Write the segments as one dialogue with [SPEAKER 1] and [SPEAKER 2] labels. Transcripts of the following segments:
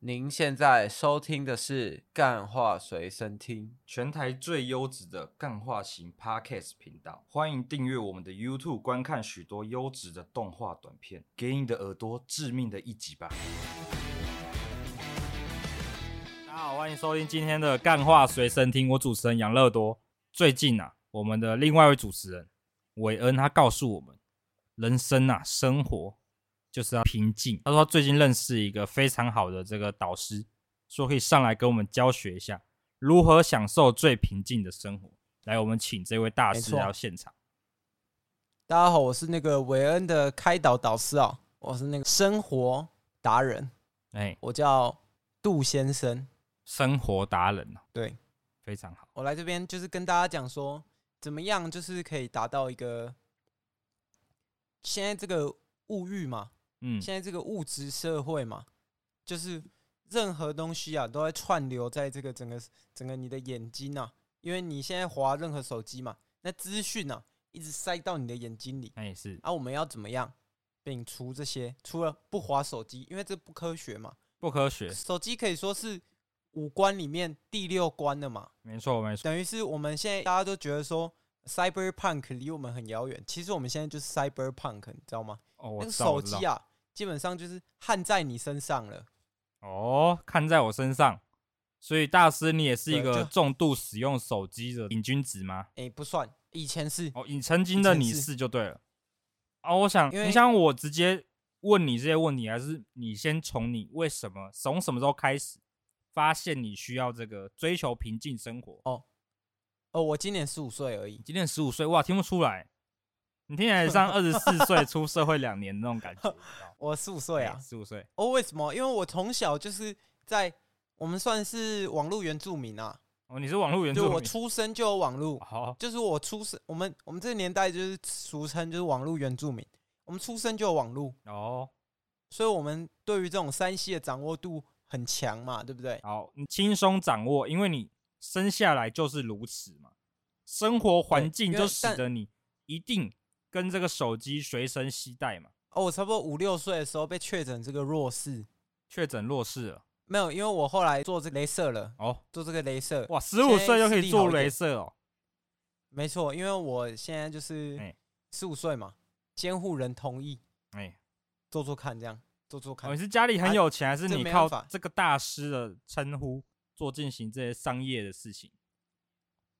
[SPEAKER 1] 您现在收听的是《干话随身听
[SPEAKER 2] 全台最优质的干化型 Podcast 频道，欢迎订阅我们的 YouTube，观看许多优质的动画短片，给你的耳朵致命的一击吧！大家好，欢迎收听今天的干话随身听，我主持人杨乐多。最近啊，我们的另外一位主持人韦恩，他告诉我们，人生啊，生活就是要平静。他说他最近认识一个非常好的这个导师，说可以上来跟我们教学一下如何享受最平静的生活。来，我们请这位大
[SPEAKER 3] 没
[SPEAKER 2] 师
[SPEAKER 3] 错
[SPEAKER 2] 来到现场。
[SPEAKER 3] 大家好，我是那个韦恩的开导导师哦，我是那个生活达人，
[SPEAKER 2] 哎，
[SPEAKER 3] 我叫杜先生。
[SPEAKER 2] 生活达人啊，
[SPEAKER 3] 对
[SPEAKER 2] 非常好。
[SPEAKER 3] 我来这边就是跟大家讲说，怎么样就是可以达到一个现在这个物欲嘛，
[SPEAKER 2] 嗯，
[SPEAKER 3] 现在这个物质社会嘛，就是任何东西啊都在串流在这个整个整个你的眼睛啊，因为你现在划任何手机嘛，那资讯啊一直塞到你的眼睛里，
[SPEAKER 2] 那也哎是
[SPEAKER 3] 啊，我们要怎么样摒除这些？除了不划手机，因为这不科学嘛。
[SPEAKER 2] 不科学，
[SPEAKER 3] 手机可以说是五官里面第六关的嘛，
[SPEAKER 2] 没错没错。
[SPEAKER 3] 等于是我们现在大家都觉得说 cyberpunk 离我们很遥远，其实我们现在就是 cyberpunk，你知道吗？
[SPEAKER 2] 哦，
[SPEAKER 3] 那
[SPEAKER 2] 我
[SPEAKER 3] 个
[SPEAKER 2] 知道，
[SPEAKER 3] 手
[SPEAKER 2] 我知
[SPEAKER 3] 机
[SPEAKER 2] 道。
[SPEAKER 3] 啊，基本上就是焊在你身上了。
[SPEAKER 2] 哦，看在我身上。所以大师，你也是一
[SPEAKER 3] 对
[SPEAKER 2] 个
[SPEAKER 3] 就
[SPEAKER 2] 重度使用手机的瘾君子吗？
[SPEAKER 3] 哎、不算，以前是
[SPEAKER 2] 哦，你曾经的
[SPEAKER 3] 以前
[SPEAKER 2] 你
[SPEAKER 3] 是
[SPEAKER 2] 是就对了。哦，我想，
[SPEAKER 3] 因为
[SPEAKER 2] 你想我直接问你这些问题，还是你先从你为什么从什么时候开始发现你需要这个追求平静生活？
[SPEAKER 3] 哦，我今年十五岁而已
[SPEAKER 2] 你。今年十五岁，哇，听不出来，你听起来 像二十四岁出社会两年的那种感觉。你知道吗哎
[SPEAKER 3] 我十五岁啊，
[SPEAKER 2] 十五岁，
[SPEAKER 3] 哦，为什么？因为我从小就是在我们算是网络原住民啊，
[SPEAKER 2] 哦，你是网络原住
[SPEAKER 3] 就
[SPEAKER 2] 民，
[SPEAKER 3] 我出生就有网络，
[SPEAKER 2] 好、
[SPEAKER 3] 就是我出生，我们我们这个年代就是俗称就是网络原住民，我们出生就有网络，
[SPEAKER 2] 哦，
[SPEAKER 3] 所以我们对于这种山西的掌握度很强嘛，对不对？
[SPEAKER 2] 好，你轻松掌握，因为你生下来就是如此嘛，生活环
[SPEAKER 3] 对
[SPEAKER 2] 境
[SPEAKER 3] 因
[SPEAKER 2] 就
[SPEAKER 3] 为
[SPEAKER 2] 使
[SPEAKER 3] 但
[SPEAKER 2] 得你一定跟这个手机随身携带嘛。
[SPEAKER 3] 哦，我差不多五六岁的时候被确诊这个弱视，
[SPEAKER 2] 确诊弱视了
[SPEAKER 3] 没有，因为我后来做这个镭射了，
[SPEAKER 2] 哦，
[SPEAKER 3] 做这个镭射，
[SPEAKER 2] 哇，十五
[SPEAKER 3] 现在
[SPEAKER 2] 岁就可
[SPEAKER 3] 视
[SPEAKER 2] 以
[SPEAKER 3] 力
[SPEAKER 2] 做
[SPEAKER 3] 好
[SPEAKER 2] 镭
[SPEAKER 3] 一点
[SPEAKER 2] 射哦，
[SPEAKER 3] 没错，因为我现在就是
[SPEAKER 2] 哎
[SPEAKER 3] 十五岁嘛，监护人同意
[SPEAKER 2] 哎、
[SPEAKER 3] 做做看，这样做做看
[SPEAKER 2] 哦，你。是家里很
[SPEAKER 3] 啊
[SPEAKER 2] 有钱，还是
[SPEAKER 3] 这
[SPEAKER 2] 你
[SPEAKER 3] 没
[SPEAKER 2] 靠
[SPEAKER 3] 办法
[SPEAKER 2] 这个大师的称呼做进行这些商业的事情？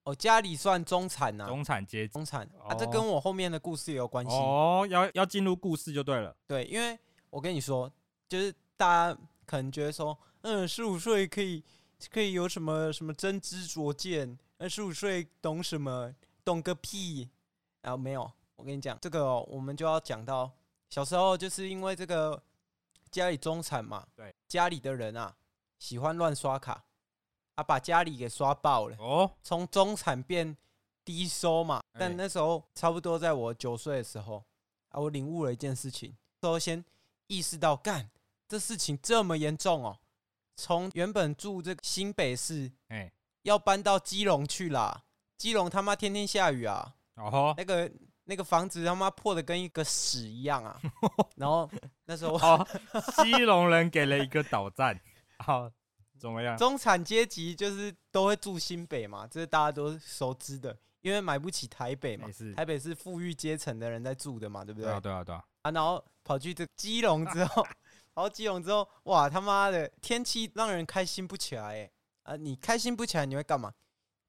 [SPEAKER 3] 哦，家里算中产呐、
[SPEAKER 2] 中产阶级
[SPEAKER 3] 中产啊，这
[SPEAKER 2] 哦
[SPEAKER 3] 跟我后面的故事也有啊关系。
[SPEAKER 2] 哦，要要进入故事就对了，
[SPEAKER 3] 对，因为我跟你说，就是大家可能觉得说，嗯，十五岁可以可以有什么什么真知灼见，那十五岁懂什么，懂个屁啊！没有，我跟你讲，这个哦、我们就要讲到小时候，就是因为这个家里中产嘛，
[SPEAKER 2] 对，
[SPEAKER 3] 家里的人啊喜欢乱刷卡，啊，把家里给刷爆了，
[SPEAKER 2] 哦，
[SPEAKER 3] 从中产变低收嘛。
[SPEAKER 2] 哎
[SPEAKER 3] 但那时候差不多在我九岁的时候啊，我领悟了一件事情，那时候先意识到，干这事情这么严重哦，从原本住这个新北市，
[SPEAKER 2] 哎
[SPEAKER 3] 要搬到基隆去啦。基隆他妈天天下雨啊，
[SPEAKER 2] 哦
[SPEAKER 3] 那个那个房子他妈破的跟一个屎一样 啊。然后那时候
[SPEAKER 2] 哦， 西隆人给了一个导弹，好、怎么样？
[SPEAKER 3] 中产阶级就是都会住新北嘛，这是大家都熟知的，因为买不起台北嘛
[SPEAKER 2] 也是，
[SPEAKER 3] 台北是富裕阶层的人在住的嘛，对不
[SPEAKER 2] 对
[SPEAKER 3] 对？
[SPEAKER 2] 啊，对啊，对啊。
[SPEAKER 3] 啊，然后跑去这基隆之后， 跑到基隆之后，哇，他妈的天气让人开心不起来哎！啊，你开心不起来，你会干嘛？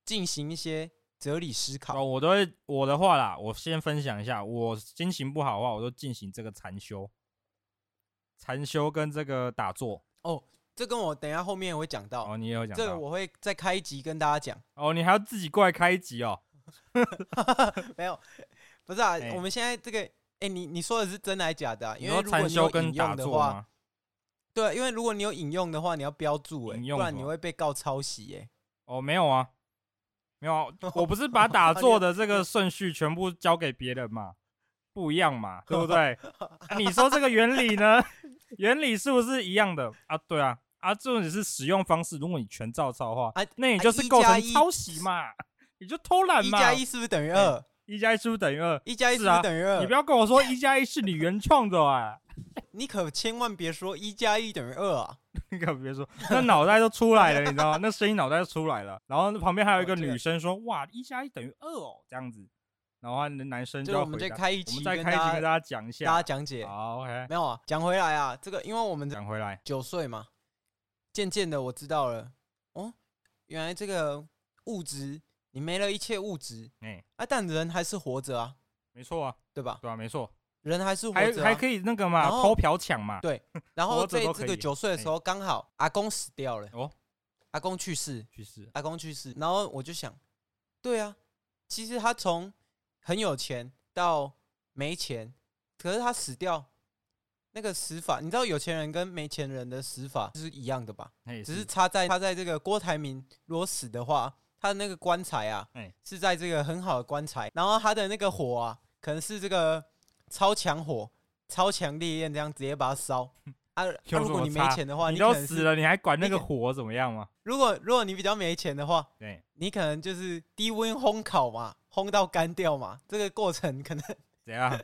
[SPEAKER 3] 进行一些哲理思考
[SPEAKER 2] 哦，。我都会我的话啦，我先分享一下，我心情不好的话，我都进行这个禅修、禅修跟这个打坐。
[SPEAKER 3] 这跟我等一下后面会讲到，
[SPEAKER 2] 哦，你也有讲
[SPEAKER 3] 这个
[SPEAKER 2] 到。
[SPEAKER 3] 我会再开一集跟大家讲。
[SPEAKER 2] 哦，你还要自己过来开一集哦。
[SPEAKER 3] 没有，不是啊，
[SPEAKER 2] 哎
[SPEAKER 3] 我们现在这个，哎、你你说的是真还是假的、啊？
[SPEAKER 2] 你
[SPEAKER 3] 因
[SPEAKER 2] 说
[SPEAKER 3] 为如果
[SPEAKER 2] 禅
[SPEAKER 3] 你
[SPEAKER 2] 修
[SPEAKER 3] 有
[SPEAKER 2] 跟
[SPEAKER 3] 引
[SPEAKER 2] 打
[SPEAKER 3] 用的
[SPEAKER 2] 坐
[SPEAKER 3] 话，
[SPEAKER 2] 吗？
[SPEAKER 3] 对，啊因为如果你有引用的话，你要标注、
[SPEAKER 2] 引
[SPEAKER 3] 哎，
[SPEAKER 2] 用
[SPEAKER 3] 不然
[SPEAKER 2] 什
[SPEAKER 3] 你
[SPEAKER 2] 么
[SPEAKER 3] 会被告抄袭、哎。
[SPEAKER 2] 哦，没有啊，没有 啊、我不是把打坐的这个顺序全部交给别人嘛，不一样嘛，对不对？啊你说这个原理呢？原理是不是一样的啊？对啊，啊，重点是使用方式，如果你全照抄的话，
[SPEAKER 3] 啊
[SPEAKER 2] 那你
[SPEAKER 3] 啊
[SPEAKER 2] 就是
[SPEAKER 3] 一
[SPEAKER 2] 构
[SPEAKER 3] 加
[SPEAKER 2] 成
[SPEAKER 3] 一
[SPEAKER 2] 抄袭嘛，你就偷懒
[SPEAKER 3] 一
[SPEAKER 2] 嘛。
[SPEAKER 3] 加一是不是等于
[SPEAKER 2] 哎
[SPEAKER 3] 二？
[SPEAKER 2] 一加一是不是等于二？
[SPEAKER 3] 一加一
[SPEAKER 2] 是
[SPEAKER 3] 是不
[SPEAKER 2] 啊
[SPEAKER 3] 是等于二？
[SPEAKER 2] 你不要跟我说一加一是你原创的啊！
[SPEAKER 3] 你可千万别说一加一等于二啊！
[SPEAKER 2] 你可别说，那脑袋都出来了，你知道吗？那声音脑袋都出来了。然后旁边还有一
[SPEAKER 3] 哦
[SPEAKER 2] 个
[SPEAKER 3] 这个
[SPEAKER 2] 女生说：“哇，一加一等于二哦，这样子。”然后那男生就
[SPEAKER 3] 就
[SPEAKER 2] 是要
[SPEAKER 3] 我
[SPEAKER 2] 回
[SPEAKER 3] 们
[SPEAKER 2] 答
[SPEAKER 3] 再开一
[SPEAKER 2] 我
[SPEAKER 3] 期
[SPEAKER 2] 们
[SPEAKER 3] 跟
[SPEAKER 2] 再开一集
[SPEAKER 3] 大
[SPEAKER 2] 跟大家
[SPEAKER 3] 家
[SPEAKER 2] 讲一下。
[SPEAKER 3] 大家讲解。
[SPEAKER 2] 好，OK，
[SPEAKER 3] 没有啊，讲回来啊，这个因为我们
[SPEAKER 2] 讲回来，
[SPEAKER 3] 九岁嘛，渐渐的我知道了，哦，原来这个物质，你没了一切物质，
[SPEAKER 2] 哎，
[SPEAKER 3] 啊，但人还是活着啊，
[SPEAKER 2] 没错啊，
[SPEAKER 3] 对吧？
[SPEAKER 2] 对啊，没错，
[SPEAKER 3] 人还是活
[SPEAKER 2] 还
[SPEAKER 3] 着、啊，
[SPEAKER 2] 还可以那个嘛，
[SPEAKER 3] 然后
[SPEAKER 2] 偷嫖抢嘛，
[SPEAKER 3] 对然后
[SPEAKER 2] 活着
[SPEAKER 3] 在
[SPEAKER 2] 都可以哎
[SPEAKER 3] 这个九岁的时候，刚好阿公死掉了。
[SPEAKER 2] 哦，
[SPEAKER 3] 阿公去世，
[SPEAKER 2] 去世，
[SPEAKER 3] 阿公去世，然后我就想，对啊，其实他从很有钱到没钱，可是他死掉那个死法，你知道有钱人跟没钱人的死法是一样的吧？
[SPEAKER 2] 哎，
[SPEAKER 3] 只是差在他在这个郭台铭如果死的话，他的那个棺材啊，
[SPEAKER 2] 哎
[SPEAKER 3] 是在这个很好的棺材，然后他的那个火啊，可能是这个超强火、超强烈焰这样直接把它烧。 啊，啊
[SPEAKER 2] 有
[SPEAKER 3] 如
[SPEAKER 2] 什
[SPEAKER 3] 果
[SPEAKER 2] 么
[SPEAKER 3] 你没
[SPEAKER 2] 差
[SPEAKER 3] 钱的话，
[SPEAKER 2] 你
[SPEAKER 3] 你
[SPEAKER 2] 都
[SPEAKER 3] 可能是
[SPEAKER 2] 死了，你还管那
[SPEAKER 3] 你
[SPEAKER 2] 个
[SPEAKER 3] 可
[SPEAKER 2] 火怎么样吗？
[SPEAKER 3] 如果如果你比较没钱的话，
[SPEAKER 2] 对，
[SPEAKER 3] 你可能就是低温烘烤嘛，烘到干掉嘛，这个过程可能
[SPEAKER 2] 怎样？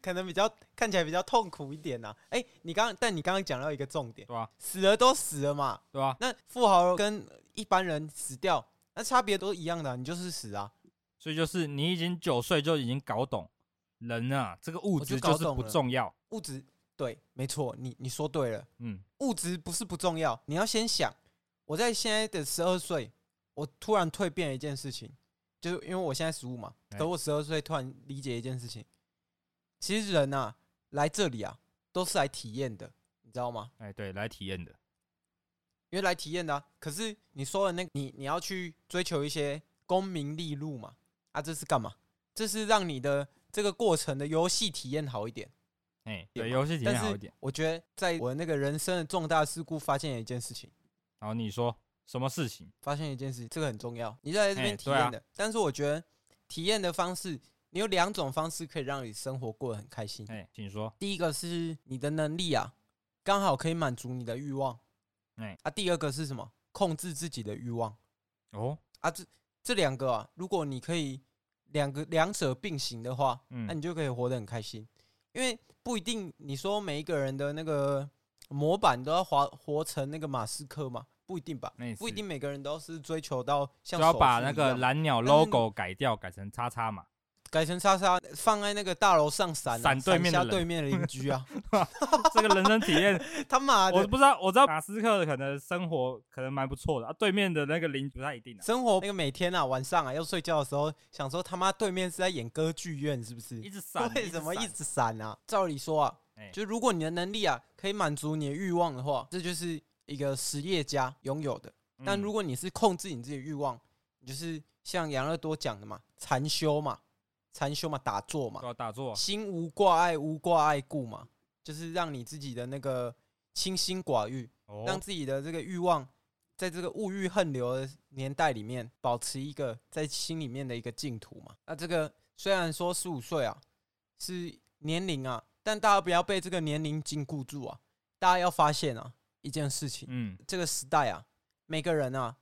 [SPEAKER 3] 可能比较看起来比较痛苦一点呐、哎、你刚但你刚刚讲到一个重点，
[SPEAKER 2] 对啊
[SPEAKER 3] 死了都死了嘛，
[SPEAKER 2] 对啊吧？
[SPEAKER 3] 那富豪跟一般人死掉，那差别都一样的啊、你就是死啊。
[SPEAKER 2] 所以就是你已经九岁就已经搞懂人啊，这个物
[SPEAKER 3] 我
[SPEAKER 2] 质
[SPEAKER 3] 就搞
[SPEAKER 2] 就是
[SPEAKER 3] 懂
[SPEAKER 2] 不
[SPEAKER 3] 了
[SPEAKER 2] 重要。
[SPEAKER 3] 物质对，没错，你你说对了，
[SPEAKER 2] 嗯，
[SPEAKER 3] 物质不是不重要，你要先想，我在现在的十二岁，我突然蜕变了一件事情，就是因为我现在十五嘛，
[SPEAKER 2] 哎
[SPEAKER 3] 等我十二岁突然理解一件事情，其实人啊来这里啊都是来体验的，你知道吗？
[SPEAKER 2] 哎，对，来体验的，
[SPEAKER 3] 因为来体验的、啊。可是你说的那个你你要去追求一些功名利禄嘛？啊，这是干嘛？这是让你的这个过程的游戏体验好一点。
[SPEAKER 2] 哎，
[SPEAKER 3] 对
[SPEAKER 2] 对，
[SPEAKER 3] 嘛
[SPEAKER 2] 游戏体验
[SPEAKER 3] 但
[SPEAKER 2] 好一
[SPEAKER 3] 是
[SPEAKER 2] 点。
[SPEAKER 3] 我觉得，在我那个人生的重大事故，发现了一件事情，
[SPEAKER 2] 然后你说什么事情？
[SPEAKER 3] 发现一件事情，这个很重要。你在这边
[SPEAKER 2] 哎
[SPEAKER 3] 体
[SPEAKER 2] 对啊
[SPEAKER 3] 验的，但是我觉得体验的方式，你有两种方式可以让你生活过得很开心。
[SPEAKER 2] 哎，请说。
[SPEAKER 3] 第一个是你的能力啊，刚好可以满足你的欲望。
[SPEAKER 2] 哎
[SPEAKER 3] 啊，第二个是什么？控制自己的欲望。
[SPEAKER 2] 哦，
[SPEAKER 3] 啊，这这两个啊，如果你可以两个两者并行的话，那、
[SPEAKER 2] 嗯，
[SPEAKER 3] 你就可以活得很开心。因为不一定你说每一个人的那个模板都要活活成那个马斯克嘛，不一定吧？
[SPEAKER 2] 那也
[SPEAKER 3] 不一
[SPEAKER 2] 是
[SPEAKER 3] 定每个人都是追求到
[SPEAKER 2] 就
[SPEAKER 3] 像
[SPEAKER 2] 要
[SPEAKER 3] 首
[SPEAKER 2] 把
[SPEAKER 3] 富
[SPEAKER 2] 那
[SPEAKER 3] 一
[SPEAKER 2] 个
[SPEAKER 3] 样
[SPEAKER 2] 蓝鸟
[SPEAKER 3] 但是你
[SPEAKER 2] logo 改掉，改成叉叉嘛。
[SPEAKER 3] 改成莎莎放在那个大楼上闪、啊，
[SPEAKER 2] 闪对面的
[SPEAKER 3] 吓
[SPEAKER 2] 人
[SPEAKER 3] 对面的邻 居啊，
[SPEAKER 2] 这个人生体 验，
[SPEAKER 3] 他妈
[SPEAKER 2] 我
[SPEAKER 3] 的
[SPEAKER 2] 不知道，我知道马斯克可能生活可能蛮不错的啊，对面的那个邻不太一定啊。
[SPEAKER 3] 生活那个每天啊晚上啊要睡觉的时候，想说他妈对面是在演歌剧院是不是？
[SPEAKER 2] 一直闪，
[SPEAKER 3] 为什么一
[SPEAKER 2] 闪
[SPEAKER 3] 直闪啊？照理说啊，
[SPEAKER 2] 哎
[SPEAKER 3] 就如果你的能力啊可以满足你的欲望的话，这就是一个实业家拥有的。但
[SPEAKER 2] 嗯
[SPEAKER 3] 如果你是控制你自己的欲望，你就是像杨乐多讲的嘛，禅修嘛，禅修嘛，打坐嘛
[SPEAKER 2] 对，啊打坐啊，
[SPEAKER 3] 心无挂碍，无挂碍故嘛，就是让你自己的那个清心寡欲，让
[SPEAKER 2] 哦，
[SPEAKER 3] 自己的这个欲望。在这个物欲横流的年代里面，保持一个在心里面的一个净土嘛。那这个虽然说十五岁啊是年龄啊，但大家不要被这个年龄禁锢住啊。大家要发现啊一件事情，
[SPEAKER 2] 嗯，
[SPEAKER 3] 这个时代啊，每个人啊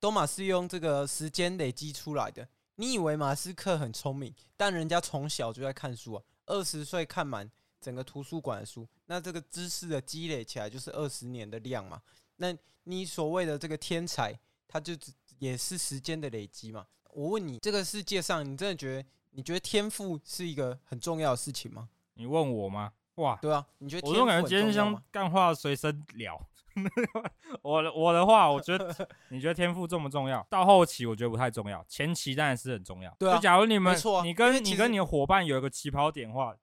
[SPEAKER 3] 都嘛是用这个时间累积出来的。你以为马斯克很聪明，但人家从小就在看书啊，二十岁看满整个图书馆的书，那这个知识的积累起来就是二十年的量嘛。那你所谓的这个天才，他就只也是时间的累积嘛。我问你，这个世界上，你真的觉得你觉得天赋是一个很重要的事情吗？
[SPEAKER 2] 你问我吗？哇，
[SPEAKER 3] 对啊，你觉得
[SPEAKER 2] 我
[SPEAKER 3] 天
[SPEAKER 2] 就
[SPEAKER 3] 赋
[SPEAKER 2] 感
[SPEAKER 3] 很
[SPEAKER 2] 觉今天
[SPEAKER 3] 重要
[SPEAKER 2] 像
[SPEAKER 3] 吗？
[SPEAKER 2] 干话随身聊。 我的我的话，我觉 得你觉得天赋重不重要？到后期我觉得不太重要，前期当然是很重要。
[SPEAKER 3] 对啊
[SPEAKER 2] 就假如你们
[SPEAKER 3] 没错啊
[SPEAKER 2] 你
[SPEAKER 3] 因为
[SPEAKER 2] 跟
[SPEAKER 3] 其实
[SPEAKER 2] 你跟你的伙伴有一个起跑点的话，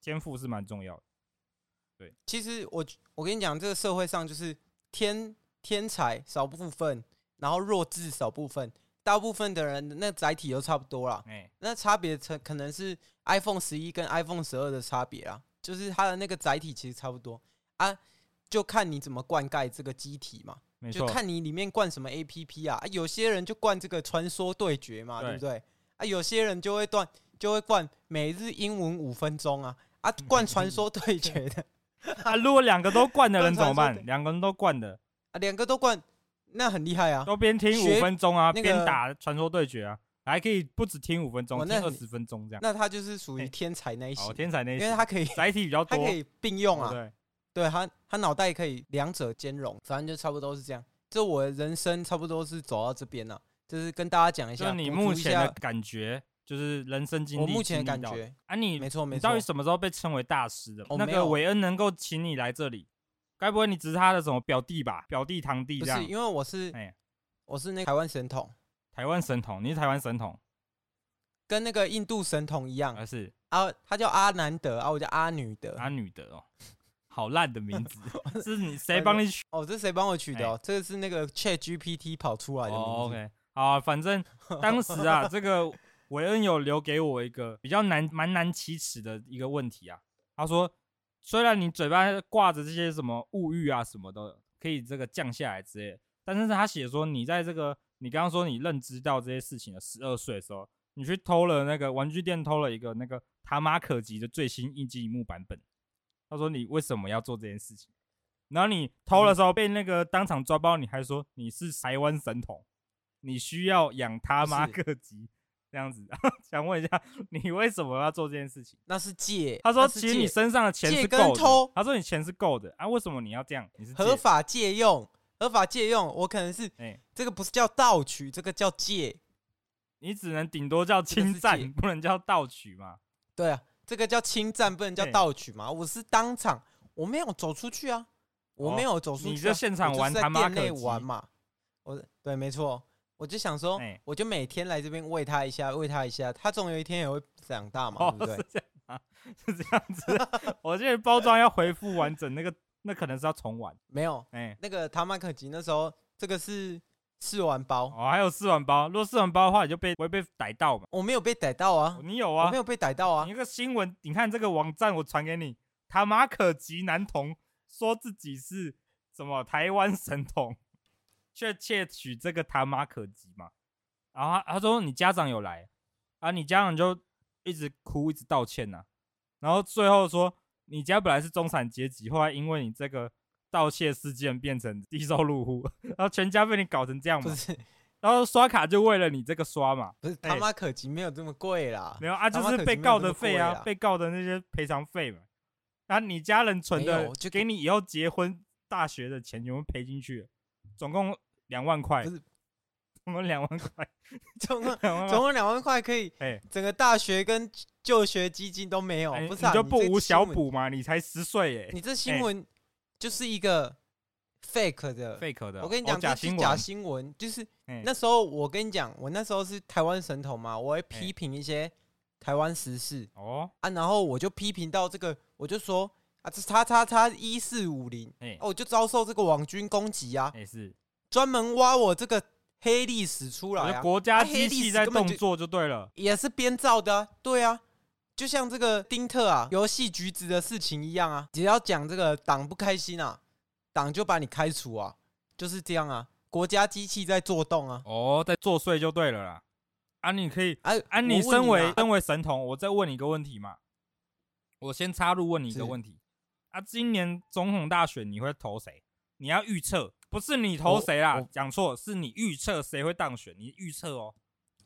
[SPEAKER 2] 天赋是蛮重要的。
[SPEAKER 3] 其实我我跟你讲，这个社会上就是天天才少部分，然后弱智少部分，大部分的人那载体都差不多啦。
[SPEAKER 2] 哎、
[SPEAKER 3] 那差别成可能是 iPhone 十一跟 iPhone 十二的差别啦，就是它的那个载体其实差不多啊，就看你怎么灌溉这个机体嘛，
[SPEAKER 2] 没
[SPEAKER 3] 就
[SPEAKER 2] 错，
[SPEAKER 3] 看你里面灌什么 APP 啊。啊有些人就灌这个传说对决嘛，对
[SPEAKER 2] 对
[SPEAKER 3] 不对？啊，有些人就会灌就会灌每日英文五分钟啊 啊，灌传说对决的。
[SPEAKER 2] 啊，如果两个都灌 的人怎么
[SPEAKER 3] 刚才说
[SPEAKER 2] 办？
[SPEAKER 3] 的
[SPEAKER 2] 两个人都灌的，
[SPEAKER 3] 啊，两个都灌，那很厉害啊！
[SPEAKER 2] 都边听
[SPEAKER 3] 学
[SPEAKER 2] 五分钟啊，
[SPEAKER 3] 那个
[SPEAKER 2] 边、打传说对决啊，还可以不止听五分钟，
[SPEAKER 3] 哇
[SPEAKER 2] 听
[SPEAKER 3] 那
[SPEAKER 2] 二
[SPEAKER 3] 很
[SPEAKER 2] 十分钟这样。
[SPEAKER 3] 那他就是属于
[SPEAKER 2] 嘿
[SPEAKER 3] 天才那一型
[SPEAKER 2] 哎哦好，，天才那一
[SPEAKER 3] 因
[SPEAKER 2] 型
[SPEAKER 3] 为他可以，
[SPEAKER 2] 载体比较
[SPEAKER 3] 他
[SPEAKER 2] 多，
[SPEAKER 3] 可以并用
[SPEAKER 2] 对不
[SPEAKER 3] 啊，
[SPEAKER 2] 对，
[SPEAKER 3] 对他，他脑袋可以两者兼容，反正就差不多是这样。这我的人生差不多是走到这边了、就是跟大家讲一
[SPEAKER 2] 就
[SPEAKER 3] 下，
[SPEAKER 2] 是你
[SPEAKER 3] 补
[SPEAKER 2] 目
[SPEAKER 3] 足一
[SPEAKER 2] 前
[SPEAKER 3] 下
[SPEAKER 2] 的感觉，就是人生经历。
[SPEAKER 3] 我目前的
[SPEAKER 2] 经
[SPEAKER 3] 感
[SPEAKER 2] 历到的
[SPEAKER 3] 觉，
[SPEAKER 2] 啊你，
[SPEAKER 3] 没错没
[SPEAKER 2] 你
[SPEAKER 3] 错
[SPEAKER 2] 到底，什么时候被称为大师的？
[SPEAKER 3] 哦
[SPEAKER 2] 那
[SPEAKER 3] 没
[SPEAKER 2] 个
[SPEAKER 3] 有
[SPEAKER 2] 韦恩能够请你来这里，该不会你只是他的什么表弟吧？表弟堂弟
[SPEAKER 3] 不
[SPEAKER 2] 这
[SPEAKER 3] 是
[SPEAKER 2] 样？
[SPEAKER 3] 因为我是
[SPEAKER 2] 哎
[SPEAKER 3] 我是那个台湾神童，
[SPEAKER 2] 台湾神童，你是台湾神童，
[SPEAKER 3] 跟那个印度神童一样
[SPEAKER 2] 而是
[SPEAKER 3] 啊，他叫阿南德啊，我叫阿女德。
[SPEAKER 2] 呃阿女的哦，好烂的名 字，是你谁帮你取？
[SPEAKER 3] 哦，这是谁帮我取的、哦？这个是那个 Chat GPT 跑出来的名字。
[SPEAKER 2] 哎哦，OK，好啊、反正当时啊，这 个韦恩有留给我一个比较难、蛮难启齿的一个问题啊。他说，虽然你嘴巴挂着这些什么物欲啊什么的，可以这个降下来之类的，但是他写说你在这个你刚刚说你认知到这些事情的十二岁的时候，你去偷了那个玩具店偷了一个那个塔马可吉的最新一机一幕版本。他说你为什么要做这件事情？然后你偷的时候被那个当场抓包，你还说你是台湾神童，你需要养他
[SPEAKER 3] 不
[SPEAKER 2] 妈
[SPEAKER 3] 是
[SPEAKER 2] 个级这样子。 想问一下，你为什么要做这件事情？
[SPEAKER 3] 那是借。
[SPEAKER 2] 他说
[SPEAKER 3] 那是
[SPEAKER 2] 其实你
[SPEAKER 3] 借
[SPEAKER 2] 身上的钱
[SPEAKER 3] 借
[SPEAKER 2] 是
[SPEAKER 3] 跟
[SPEAKER 2] 够的
[SPEAKER 3] 偷，
[SPEAKER 2] 他说你钱是够的啊，为什么你要这样？你是
[SPEAKER 3] 合
[SPEAKER 2] 借
[SPEAKER 3] 法借用，合法借用，我可能是
[SPEAKER 2] 哎，
[SPEAKER 3] 这个不是叫盗取，这个叫借。
[SPEAKER 2] 你只能顶多叫
[SPEAKER 3] 这个是
[SPEAKER 2] 侵
[SPEAKER 3] 借
[SPEAKER 2] 占，不能叫盗取嘛。
[SPEAKER 3] 对啊，这个叫侵占，不能叫
[SPEAKER 2] 对
[SPEAKER 3] 盗取嘛。我是当场，我没有走出去啊，我没
[SPEAKER 2] 哦
[SPEAKER 3] 有走出去、啊
[SPEAKER 2] 你就现场
[SPEAKER 3] 我就是
[SPEAKER 2] 玩
[SPEAKER 3] 在
[SPEAKER 2] 他妈
[SPEAKER 3] 店
[SPEAKER 2] 可
[SPEAKER 3] 内
[SPEAKER 2] 及
[SPEAKER 3] 玩嘛。我对，没错，我就想说，
[SPEAKER 2] 哎
[SPEAKER 3] 我就每天来这边喂他一下，喂他一下，他总有一天也会长大 嘛，
[SPEAKER 2] 哦，
[SPEAKER 3] 对不
[SPEAKER 2] 是
[SPEAKER 3] 对？
[SPEAKER 2] 这样啊，是这样子。 我这包装要回复完整，那个那可能是要重玩。
[SPEAKER 3] 没有，
[SPEAKER 2] 哎，
[SPEAKER 3] 那个塔马可吉那时候，这个是试玩包，
[SPEAKER 2] 哦，还有四碗包，如果四碗包的话，你就被不会被逮到嘛。
[SPEAKER 3] 我没有被逮到啊
[SPEAKER 2] 哦，你有
[SPEAKER 3] 我
[SPEAKER 2] 啊
[SPEAKER 3] 没？有被逮到啊
[SPEAKER 2] 你，那个新闻，你看这个网站，我传给你，塔马可吉男童说自己是什么台湾神童，却窃取这个塔马可吉嘛。然后他他说你家长有来啊，你家长就一直哭，一直道歉呐、然后最后说你家本来是中产阶级，后来因为你这个盗窃事件变成低收入户， 然后全家被你搞成这样
[SPEAKER 3] 不
[SPEAKER 2] 嘛。
[SPEAKER 3] 是
[SPEAKER 2] 然后刷卡就为了你这个刷嘛，
[SPEAKER 3] 不是，
[SPEAKER 2] 哎
[SPEAKER 3] 塔马可吉没有这么贵啦，
[SPEAKER 2] 没有啊，
[SPEAKER 3] 他
[SPEAKER 2] 就
[SPEAKER 3] 妈
[SPEAKER 2] 是
[SPEAKER 3] 可
[SPEAKER 2] 被
[SPEAKER 3] 惜没有
[SPEAKER 2] 告
[SPEAKER 3] 这
[SPEAKER 2] 的
[SPEAKER 3] 么
[SPEAKER 2] 费
[SPEAKER 3] 贵
[SPEAKER 2] 啊
[SPEAKER 3] 啦，
[SPEAKER 2] 被告的那些赔偿费嘛。啊，你家人存
[SPEAKER 3] 没
[SPEAKER 2] 的
[SPEAKER 3] 有就
[SPEAKER 2] 给你以后结婚大学的钱全部赔进去了，总共两万块，
[SPEAKER 3] 不是
[SPEAKER 2] 总共两万块，
[SPEAKER 3] 总共
[SPEAKER 2] 两万块。
[SPEAKER 3] 总共两万块可以
[SPEAKER 2] 哎，
[SPEAKER 3] 整个大学跟就学基金都没有
[SPEAKER 2] 哎，
[SPEAKER 3] 不是、
[SPEAKER 2] 你
[SPEAKER 3] 啊、
[SPEAKER 2] 就
[SPEAKER 3] 这
[SPEAKER 2] 不无小
[SPEAKER 3] 新闻，
[SPEAKER 2] 补哎嘛？你才十岁耶
[SPEAKER 3] 你这新闻就是一个 fake 的。
[SPEAKER 2] ，fake 的。
[SPEAKER 3] 我跟你
[SPEAKER 2] 哦
[SPEAKER 3] 讲，
[SPEAKER 2] 假
[SPEAKER 3] 这是
[SPEAKER 2] 新
[SPEAKER 3] 假
[SPEAKER 2] 闻。
[SPEAKER 3] 新闻，就是
[SPEAKER 2] 哎
[SPEAKER 3] 那时候我跟你讲，我那时候是台湾神童嘛，我会
[SPEAKER 2] 哎
[SPEAKER 3] 批评一些台湾时事
[SPEAKER 2] 哦，
[SPEAKER 3] 啊，然后我就批评到这个，我就说啊，这叉叉叉一四五零，
[SPEAKER 2] 哎
[SPEAKER 3] 哦，我就遭受这个网军攻击啊，
[SPEAKER 2] 也是，
[SPEAKER 3] 专门挖我这个黑历史出来
[SPEAKER 2] 我
[SPEAKER 3] 啊
[SPEAKER 2] 就，国家
[SPEAKER 3] 啊
[SPEAKER 2] 机
[SPEAKER 3] 黑历
[SPEAKER 2] 器
[SPEAKER 3] 史
[SPEAKER 2] 在
[SPEAKER 3] 根本
[SPEAKER 2] 动
[SPEAKER 3] 就
[SPEAKER 2] 作就对了。
[SPEAKER 3] 也是编造的、啊，对啊，就像这个丁特啊游戏橘子的事情一样啊，只要讲这个党不开心啊，党就把你开除啊，就是这样啊，国家机器在做动啊，
[SPEAKER 2] 哦，在作祟就对了啦。啊，你可以
[SPEAKER 3] 哎、
[SPEAKER 2] 啊，你
[SPEAKER 3] 我问
[SPEAKER 2] 身为
[SPEAKER 3] 啊
[SPEAKER 2] 身为神童，我再问你一个问题嘛。我先插入问你一
[SPEAKER 3] 是
[SPEAKER 2] 个问题啊，今年总统大选你会投谁？你要预测，不是你投谁
[SPEAKER 3] 我
[SPEAKER 2] 啦
[SPEAKER 3] 我，
[SPEAKER 2] 讲错，是你预测谁会当选，你预测哦。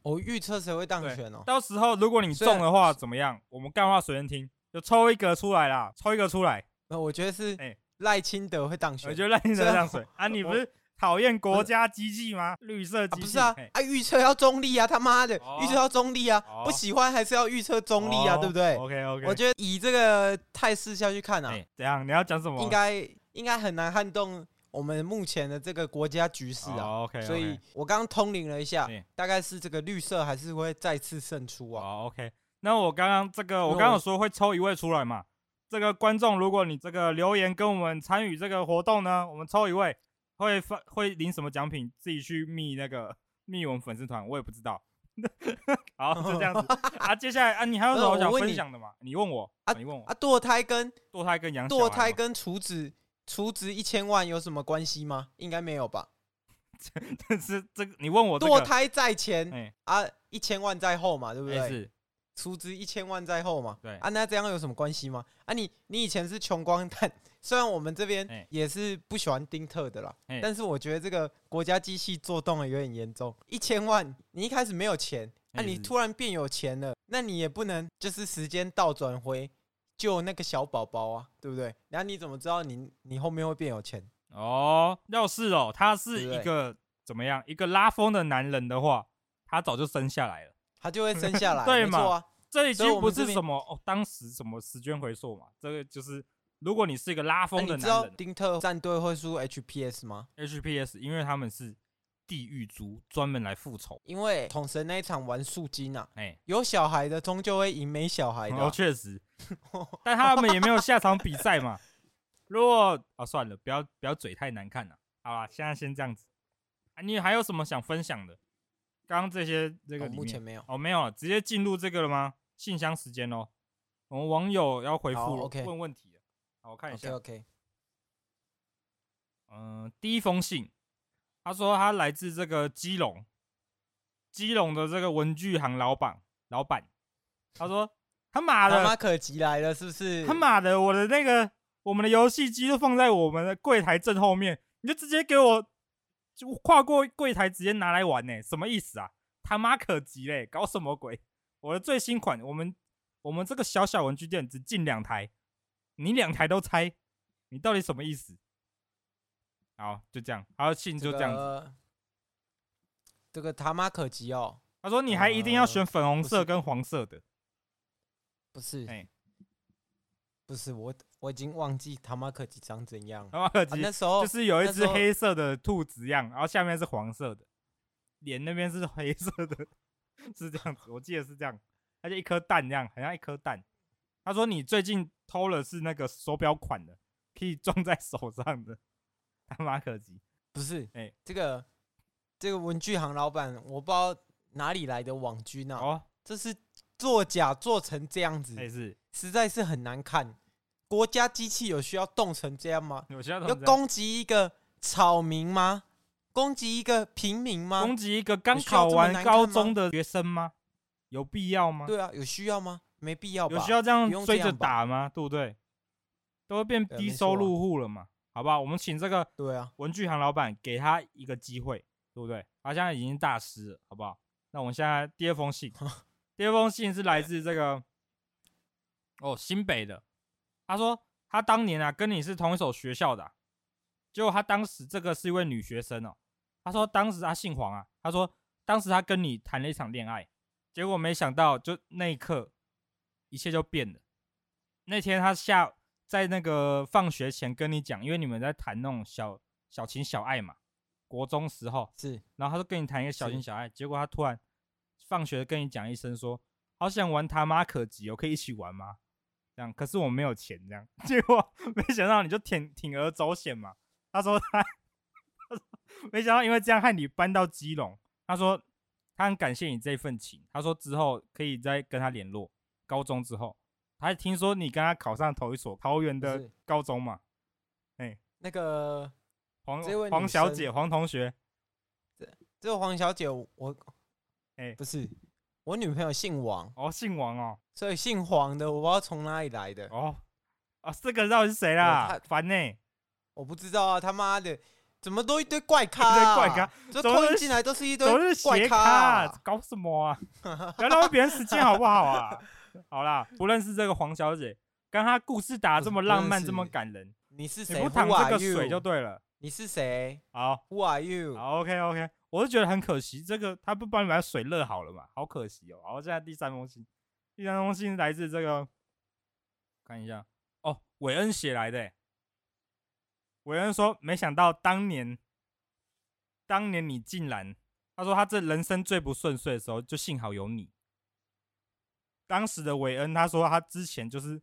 [SPEAKER 3] 我预测谁会当
[SPEAKER 2] 对
[SPEAKER 3] 选哦，
[SPEAKER 2] 到时候如果你
[SPEAKER 3] 虽然
[SPEAKER 2] 中的话怎么样？我们干话随便听，就抽一个出来啦，抽一个出来，
[SPEAKER 3] 那我觉得是
[SPEAKER 2] 哎
[SPEAKER 3] 赖清德会当选，
[SPEAKER 2] 我就让你这
[SPEAKER 3] 虽然
[SPEAKER 2] 样
[SPEAKER 3] 我
[SPEAKER 2] 水啊！你不
[SPEAKER 3] 我
[SPEAKER 2] 是讨厌
[SPEAKER 3] 不
[SPEAKER 2] 国
[SPEAKER 3] 是
[SPEAKER 2] 家机器吗？绿色
[SPEAKER 3] 啊
[SPEAKER 2] 机器
[SPEAKER 3] 不是啊
[SPEAKER 2] 嘿，
[SPEAKER 3] 啊预测要中立啊，他妈的
[SPEAKER 2] 哦
[SPEAKER 3] 预测要中立啊，
[SPEAKER 2] 哦
[SPEAKER 3] 不喜欢还是要预测中立啊，
[SPEAKER 2] 哦
[SPEAKER 3] 对不对？
[SPEAKER 2] ？OK OK，
[SPEAKER 3] 我觉得以这个态势下去看啊，
[SPEAKER 2] 哎，怎样？你要讲什么？
[SPEAKER 3] 应该应该很难撼动我们目前的这个国家局势啊。
[SPEAKER 2] 哦，OK，OK，
[SPEAKER 3] 所以我刚刚通灵了一下
[SPEAKER 2] 对，
[SPEAKER 3] 大概是这个绿色还是会再次胜出啊。
[SPEAKER 2] 哦，OK，那我刚刚这个，
[SPEAKER 3] 因为
[SPEAKER 2] 我刚刚
[SPEAKER 3] 我
[SPEAKER 2] 有说会抽一位出来嘛。这个观众，如果你这个留言跟我们参与这个活动呢，我们抽一位，会发会领什么奖品，自己去密那个密我们粉丝团，我也不知道。 好，就这样子啊。接下来啊，你还有什么
[SPEAKER 3] 没有
[SPEAKER 2] 想
[SPEAKER 3] 我问
[SPEAKER 2] 分
[SPEAKER 3] 你
[SPEAKER 2] 享的吗？你问我
[SPEAKER 3] 啊
[SPEAKER 2] 你问我
[SPEAKER 3] 啊，堕胎跟
[SPEAKER 2] 堕胎跟养小孩
[SPEAKER 3] 堕胎
[SPEAKER 2] 吗
[SPEAKER 3] 跟处子处子一千万有什么关系吗？应该没有吧。
[SPEAKER 2] 这 是这个，你问哦我这
[SPEAKER 3] 堕
[SPEAKER 2] 个
[SPEAKER 3] 胎在
[SPEAKER 2] 哎
[SPEAKER 3] 前啊，一千万在后嘛，对不
[SPEAKER 2] 也
[SPEAKER 3] 对？
[SPEAKER 2] 是
[SPEAKER 3] 出资一千万在后嘛，
[SPEAKER 2] 对
[SPEAKER 3] 啊，那这样有什么关系吗？啊你，你以前是穷光蛋，虽然我们这
[SPEAKER 2] 哎
[SPEAKER 3] 边也是不喜欢丁特的啦，
[SPEAKER 2] 哎
[SPEAKER 3] 但是我觉得这个国家机器做动的有点严重。一千万，你一开始没有钱，啊，
[SPEAKER 2] 哎
[SPEAKER 3] 你
[SPEAKER 2] 是
[SPEAKER 3] 突然变有钱了，那你也不能就是时间倒转回救那个小宝宝啊，对不对？然后你怎么知道你你后面会变有钱？
[SPEAKER 2] 哦，要是哦，他是
[SPEAKER 3] 对不
[SPEAKER 2] 一
[SPEAKER 3] 对
[SPEAKER 2] 个怎么样一个拉风的男人的话，他早就生下来了。
[SPEAKER 3] 他就会生下 来，
[SPEAKER 2] 对
[SPEAKER 3] 没
[SPEAKER 2] 嘛
[SPEAKER 3] 错啊，
[SPEAKER 2] 这已
[SPEAKER 3] 所以
[SPEAKER 2] 经
[SPEAKER 3] 我
[SPEAKER 2] 不
[SPEAKER 3] 们这
[SPEAKER 2] 是
[SPEAKER 3] 边
[SPEAKER 2] 什么哦，当时什么时间回溯嘛，这个就是如果你是一个拉
[SPEAKER 3] 那
[SPEAKER 2] 风的
[SPEAKER 3] 哎啊你知
[SPEAKER 2] 男
[SPEAKER 3] 道
[SPEAKER 2] 人、
[SPEAKER 3] 丁特战队会输 HPS 吗？
[SPEAKER 2] h p s 因为他们是地狱族，专门来复仇。
[SPEAKER 3] 因为统神那一场玩素金啊，
[SPEAKER 2] 哎、
[SPEAKER 3] 有小孩的终究会赢没小孩的
[SPEAKER 2] 哦，
[SPEAKER 3] 啊、
[SPEAKER 2] 确 实，但他们也没有下场比赛嘛。如果啊，算了，不要不要嘴太难看了，好吧，现在先这样子。啊，你还有什么想分享的？刚刚这些这个
[SPEAKER 3] 哦
[SPEAKER 2] 里
[SPEAKER 3] 目
[SPEAKER 2] 面
[SPEAKER 3] 前没有。
[SPEAKER 2] 哦，没有了，直接进入这个了吗？信箱时间喽，我们网友要回
[SPEAKER 3] 好
[SPEAKER 2] 复了
[SPEAKER 3] ，OK
[SPEAKER 2] 问问题了。好，我看一
[SPEAKER 3] OK
[SPEAKER 2] 下。
[SPEAKER 3] OK，
[SPEAKER 2] 嗯、第一封信，他说他来自这个基隆，基隆的这个文具行老板，老板，他说他妈
[SPEAKER 3] 他
[SPEAKER 2] 的，
[SPEAKER 3] 妈可急来了，是不是？
[SPEAKER 2] 他妈的，我的那个我们的游戏机都放在我们的柜台正后面，你就直接给我就跨过柜台直接拿来玩呢、什么意思啊？他妈可急嘞，搞什么鬼？我的最新款，我们我们这个小小文具店只进两台，你两台都拆，你到底什么意思？好，就这样，他的信就这样子。
[SPEAKER 3] 个这个他妈可急哦，
[SPEAKER 2] 他说你还一定要选粉红色跟黄色的，
[SPEAKER 3] 不是，
[SPEAKER 2] 哎
[SPEAKER 3] 不是我我已经忘记他妈可急长怎样了、
[SPEAKER 2] 他妈可
[SPEAKER 3] 啊
[SPEAKER 2] 急，
[SPEAKER 3] 那时候
[SPEAKER 2] 就是有一
[SPEAKER 3] 那
[SPEAKER 2] 只
[SPEAKER 3] 时候
[SPEAKER 2] 黑色的兔子样，然后下面是黄色的，脸那边是黑色的，是这样子，我记得是这样，而且一颗蛋这样，好像一颗蛋。他说你最近偷了是那个手表款的，可以装在手上的，他妈可急。
[SPEAKER 3] 不是，
[SPEAKER 2] 哎
[SPEAKER 3] 这个这个文具行老板，我不知道哪里来的网军啊，
[SPEAKER 2] 哦，哎
[SPEAKER 3] 这是作假做成这样子，
[SPEAKER 2] 也是，
[SPEAKER 3] 实在是很难看。国家机器有需要冻成这样吗？
[SPEAKER 2] 我需要
[SPEAKER 3] 要攻击一个草民吗？攻击一个平民吗？
[SPEAKER 2] 攻击一个刚
[SPEAKER 3] 有需要
[SPEAKER 2] 考
[SPEAKER 3] 这么
[SPEAKER 2] 完
[SPEAKER 3] 难
[SPEAKER 2] 高
[SPEAKER 3] 看吗
[SPEAKER 2] 中的学生吗？有必要吗？
[SPEAKER 3] 对啊，有需要吗？没必要吧。
[SPEAKER 2] 有需要这样
[SPEAKER 3] 不用
[SPEAKER 2] 追
[SPEAKER 3] 这
[SPEAKER 2] 着
[SPEAKER 3] 样吧
[SPEAKER 2] 打吗？对不对？都会变
[SPEAKER 3] 对
[SPEAKER 2] 低
[SPEAKER 3] 没
[SPEAKER 2] 收
[SPEAKER 3] 错啊
[SPEAKER 2] 入户了嘛？好吧，我们请这个
[SPEAKER 3] 对啊，
[SPEAKER 2] 文具行老板给他一个机会，对不对？他现在已经大师了，好不好？那我们现在第二封信，第二封信是来自这个哦新北的，他说他当年啊跟你是同一所学校的啊、结果他当时这个是一位女学生哦，他说当时他姓黄啊，他说当时他跟你谈了一场恋爱，结果没想到就那一刻一切就变了。那天他下在那个放学前跟你讲，因为你们在谈那种小小情小爱嘛，国中时候，
[SPEAKER 3] 是
[SPEAKER 2] 然后他就跟你谈一个小
[SPEAKER 3] 是
[SPEAKER 2] 情小爱，结果他突然放学跟你讲一声说：“好想玩他妈可吉哦，可以一起玩吗？”这样，可是我没有钱，这样， 结果没想到你就铤铤而走险嘛。他说他， 他说没想到因为这样害你搬到基隆。他说他很感谢你这份情，他说之后可以再跟他联络。高中之后，他还听说你跟他考上同一所桃园
[SPEAKER 3] 不
[SPEAKER 2] 的
[SPEAKER 3] 是
[SPEAKER 2] 高中嘛，
[SPEAKER 3] 那个
[SPEAKER 2] 黄
[SPEAKER 3] 这位
[SPEAKER 2] 黄
[SPEAKER 3] 女
[SPEAKER 2] 小
[SPEAKER 3] 生
[SPEAKER 2] 姐黄同学，
[SPEAKER 3] 这个黄小姐，我
[SPEAKER 2] 哎
[SPEAKER 3] 不是我女朋友姓王，
[SPEAKER 2] 哦，姓王哦，
[SPEAKER 3] 所以姓黄的我不知道从哪里来的，
[SPEAKER 2] 哦，啊，这个到底是谁啦
[SPEAKER 3] 对？
[SPEAKER 2] 烦呢、
[SPEAKER 3] 我不知道啊，他妈的，怎么都一堆怪咖、
[SPEAKER 2] 一堆
[SPEAKER 3] 啊，
[SPEAKER 2] 怪咖，
[SPEAKER 3] 这
[SPEAKER 2] 怎么都
[SPEAKER 3] 扣
[SPEAKER 2] 是
[SPEAKER 3] 进来都是一堆
[SPEAKER 2] 都是
[SPEAKER 3] 怪
[SPEAKER 2] 斜
[SPEAKER 3] 咖
[SPEAKER 2] 咖
[SPEAKER 3] 啊、
[SPEAKER 2] 啊、搞什么 啊？不要浪费别人时间好不好啊？ 好啦，不认识这个黄小姐，刚她故事打得这么浪漫，
[SPEAKER 3] 不认识
[SPEAKER 2] 这么感人，
[SPEAKER 3] 你是
[SPEAKER 2] 你
[SPEAKER 3] 谁？
[SPEAKER 2] 不淌
[SPEAKER 3] Who
[SPEAKER 2] 这
[SPEAKER 3] are
[SPEAKER 2] 个水
[SPEAKER 3] you？
[SPEAKER 2] 就对了。
[SPEAKER 3] 你是谁
[SPEAKER 2] 好，
[SPEAKER 3] ？Who are you？
[SPEAKER 2] 好，OK OK，我是觉得很可惜，这个他不帮你把水热好了嘛，好可惜哦。好，现在第三封信，第三封信来自这个，看一下哦，韦恩写来的欸。韦恩说：“没想到当年，当年你竟然……他说他这人生最不顺遂的时候，就幸好有你。当时的韦恩，他说他之前就是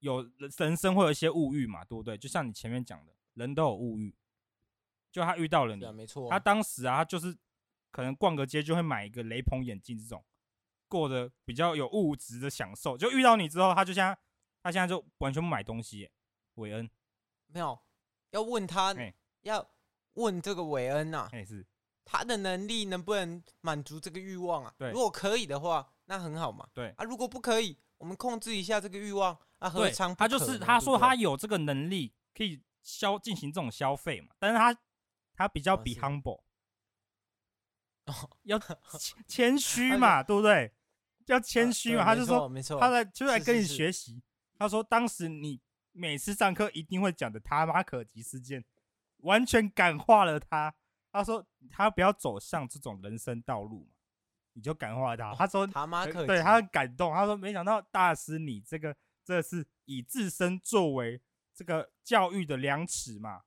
[SPEAKER 2] 有人生会有一些物欲嘛，对不对？就像你前面讲的，人都有物欲，就他遇到了你
[SPEAKER 3] 对啊，，没错，
[SPEAKER 2] 他当时啊，他就是可能逛个街就会买一个雷朋眼镜这种，过得比较有物质的享受。就遇到你之后，他就像他现在就完全不买东西耶。韦恩，
[SPEAKER 3] 没有要问他
[SPEAKER 2] 哎，
[SPEAKER 3] 要问这个韦恩呐、啊，
[SPEAKER 2] 他也是
[SPEAKER 3] 他的能力能不能满足这个欲望啊？
[SPEAKER 2] 对
[SPEAKER 3] 如果可以的话，那很好嘛。
[SPEAKER 2] 对
[SPEAKER 3] 啊，如果不可以，我们控制一下这个欲望啊，何
[SPEAKER 2] 对
[SPEAKER 3] 尝不
[SPEAKER 2] 他就
[SPEAKER 3] 可
[SPEAKER 2] 是
[SPEAKER 3] 呢
[SPEAKER 2] 他
[SPEAKER 3] 对
[SPEAKER 2] 说
[SPEAKER 3] 不对
[SPEAKER 2] 他有这个能力可以消进行这种消费嘛，但是他他比较
[SPEAKER 3] 哦
[SPEAKER 2] be
[SPEAKER 3] 是
[SPEAKER 2] humble，
[SPEAKER 3] 哦
[SPEAKER 2] 要谦谦虚
[SPEAKER 3] 就
[SPEAKER 2] 嘛，对不对？要谦
[SPEAKER 3] 啊
[SPEAKER 2] 虚
[SPEAKER 3] 对
[SPEAKER 2] 嘛，他
[SPEAKER 3] 没
[SPEAKER 2] 就
[SPEAKER 3] 错
[SPEAKER 2] 说
[SPEAKER 3] 没错，
[SPEAKER 2] 他来就是来
[SPEAKER 3] 是
[SPEAKER 2] 跟
[SPEAKER 3] 是
[SPEAKER 2] 你
[SPEAKER 3] 是
[SPEAKER 2] 学习，他说当时你每次上课一定会讲的他妈可及事件，完全感化了他。他说他不要走上这种人生道路嘛，你就感化他。他说呃
[SPEAKER 3] 塔马可
[SPEAKER 2] 对
[SPEAKER 3] 及
[SPEAKER 2] 他很感动，他说没想到大师你这个这是以自身作为这个教育的量尺嘛，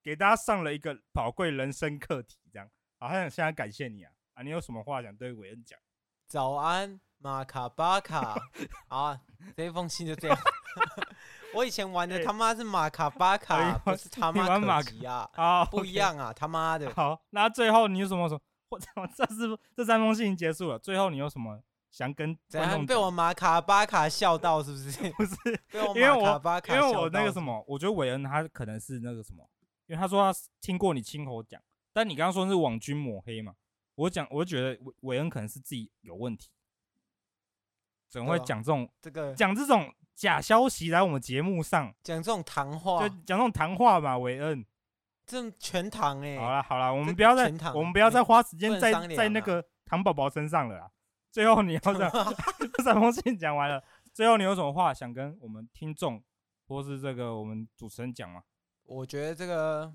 [SPEAKER 2] 给大家上了一个宝贵人生课题，这样。好，他想现在感谢你啊啊，你有什么话想对韦恩讲？
[SPEAKER 3] 早安，马卡 巴卡。好啊，这封信就这样。我以前玩的
[SPEAKER 2] 哎
[SPEAKER 3] 他妈是马卡巴
[SPEAKER 2] 哎
[SPEAKER 3] 卡
[SPEAKER 2] 呦，
[SPEAKER 3] 不是他
[SPEAKER 2] 你玩
[SPEAKER 3] 妈
[SPEAKER 2] 马
[SPEAKER 3] 可及啊，
[SPEAKER 2] 啊，
[SPEAKER 3] 不一样啊，他妈 的。
[SPEAKER 2] 好，那最后你有什么说？我操，这是这三封信结束了，最后你有什么想跟
[SPEAKER 3] 怎
[SPEAKER 2] 观
[SPEAKER 3] 样
[SPEAKER 2] 众
[SPEAKER 3] 被
[SPEAKER 2] 讲
[SPEAKER 3] 我马卡巴卡笑到是不是？
[SPEAKER 2] 不是？
[SPEAKER 3] 被我
[SPEAKER 2] 因为
[SPEAKER 3] 马卡
[SPEAKER 2] 我
[SPEAKER 3] 巴卡
[SPEAKER 2] 因为我那个
[SPEAKER 3] 么。
[SPEAKER 2] 什么，我觉得韦恩他可能是那个什么，因为他说他听过你亲口讲，但你刚刚说是网军抹黑嘛，我讲我觉得韦韦恩可能是自己有问题，怎么会
[SPEAKER 3] 对啊
[SPEAKER 2] 讲这种
[SPEAKER 3] 这个
[SPEAKER 2] 讲这种假消息来我们节目上，
[SPEAKER 3] 讲这种糖话
[SPEAKER 2] 就，讲这种谈话嘛，韦恩。
[SPEAKER 3] 这种全糖哎、
[SPEAKER 2] 好了好了，我
[SPEAKER 3] 这
[SPEAKER 2] 们不要再
[SPEAKER 3] 全糖
[SPEAKER 2] 我们不要再花时
[SPEAKER 3] 不
[SPEAKER 2] 间
[SPEAKER 3] 能
[SPEAKER 2] 在
[SPEAKER 3] 商量
[SPEAKER 2] 在那
[SPEAKER 3] 啊
[SPEAKER 2] 个糖宝宝身上了啦。最后你要 这三封信讲完了，最后你有什么话想跟我们听众或是这个我们主持人讲吗？
[SPEAKER 3] 我觉得这个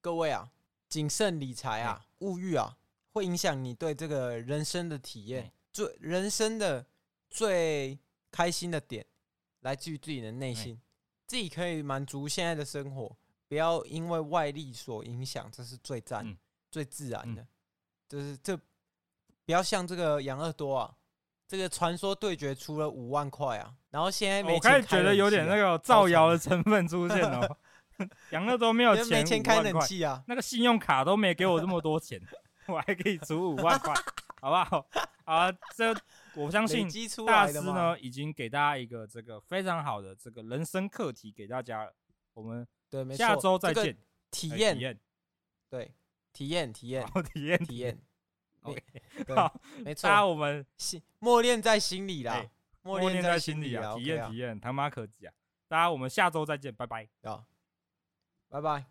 [SPEAKER 3] 各位啊，谨慎理财啊，物欲啊，会影响你对这个人生的体验
[SPEAKER 2] 嗯。
[SPEAKER 3] 最人生的最开心的点，来自于自己的内心，自己可以满足现在的生活，不要因为外力所影响，这是最赞、
[SPEAKER 2] 嗯
[SPEAKER 3] 最自然的。就是这，不要像这个养乐多啊，这个传说对决出了五万块啊，然后现在没
[SPEAKER 2] 哦我
[SPEAKER 3] 钱
[SPEAKER 2] 开始觉得有点那个造谣的
[SPEAKER 3] 了
[SPEAKER 2] 成分出现 了，养乐多没有
[SPEAKER 3] 因为啊没
[SPEAKER 2] 钱，
[SPEAKER 3] 钱
[SPEAKER 2] 五
[SPEAKER 3] 开
[SPEAKER 2] 万
[SPEAKER 3] 冷
[SPEAKER 2] 块，
[SPEAKER 3] 气啊。
[SPEAKER 2] 那个信用卡都没给我这么多钱， 我还可以出五万块，好不好？啊，这我相
[SPEAKER 3] 累
[SPEAKER 2] 信
[SPEAKER 3] 积出
[SPEAKER 2] 大
[SPEAKER 3] 来
[SPEAKER 2] 师
[SPEAKER 3] 的嘛。
[SPEAKER 2] 呢，已经给大家一个这个非常好的这个人生课题给大家了。我们
[SPEAKER 3] 对，没错。
[SPEAKER 2] 下周再
[SPEAKER 3] 这个
[SPEAKER 2] 见，
[SPEAKER 3] 体
[SPEAKER 2] 哎
[SPEAKER 3] 验
[SPEAKER 2] 体，验，
[SPEAKER 3] 对，体验，体验，
[SPEAKER 2] 好体验，
[SPEAKER 3] 体验。没
[SPEAKER 2] OK
[SPEAKER 3] 对
[SPEAKER 2] 好，
[SPEAKER 3] 没
[SPEAKER 2] 大家
[SPEAKER 3] 错，
[SPEAKER 2] 我们
[SPEAKER 3] 心默念在心里啦
[SPEAKER 2] 哎，
[SPEAKER 3] 默
[SPEAKER 2] 念
[SPEAKER 3] 在
[SPEAKER 2] 在心
[SPEAKER 3] 里
[SPEAKER 2] 里啊，体
[SPEAKER 3] OK
[SPEAKER 2] 验体验，他妈可及啊！大家我们下周再见，拜拜。
[SPEAKER 3] 啊，拜拜。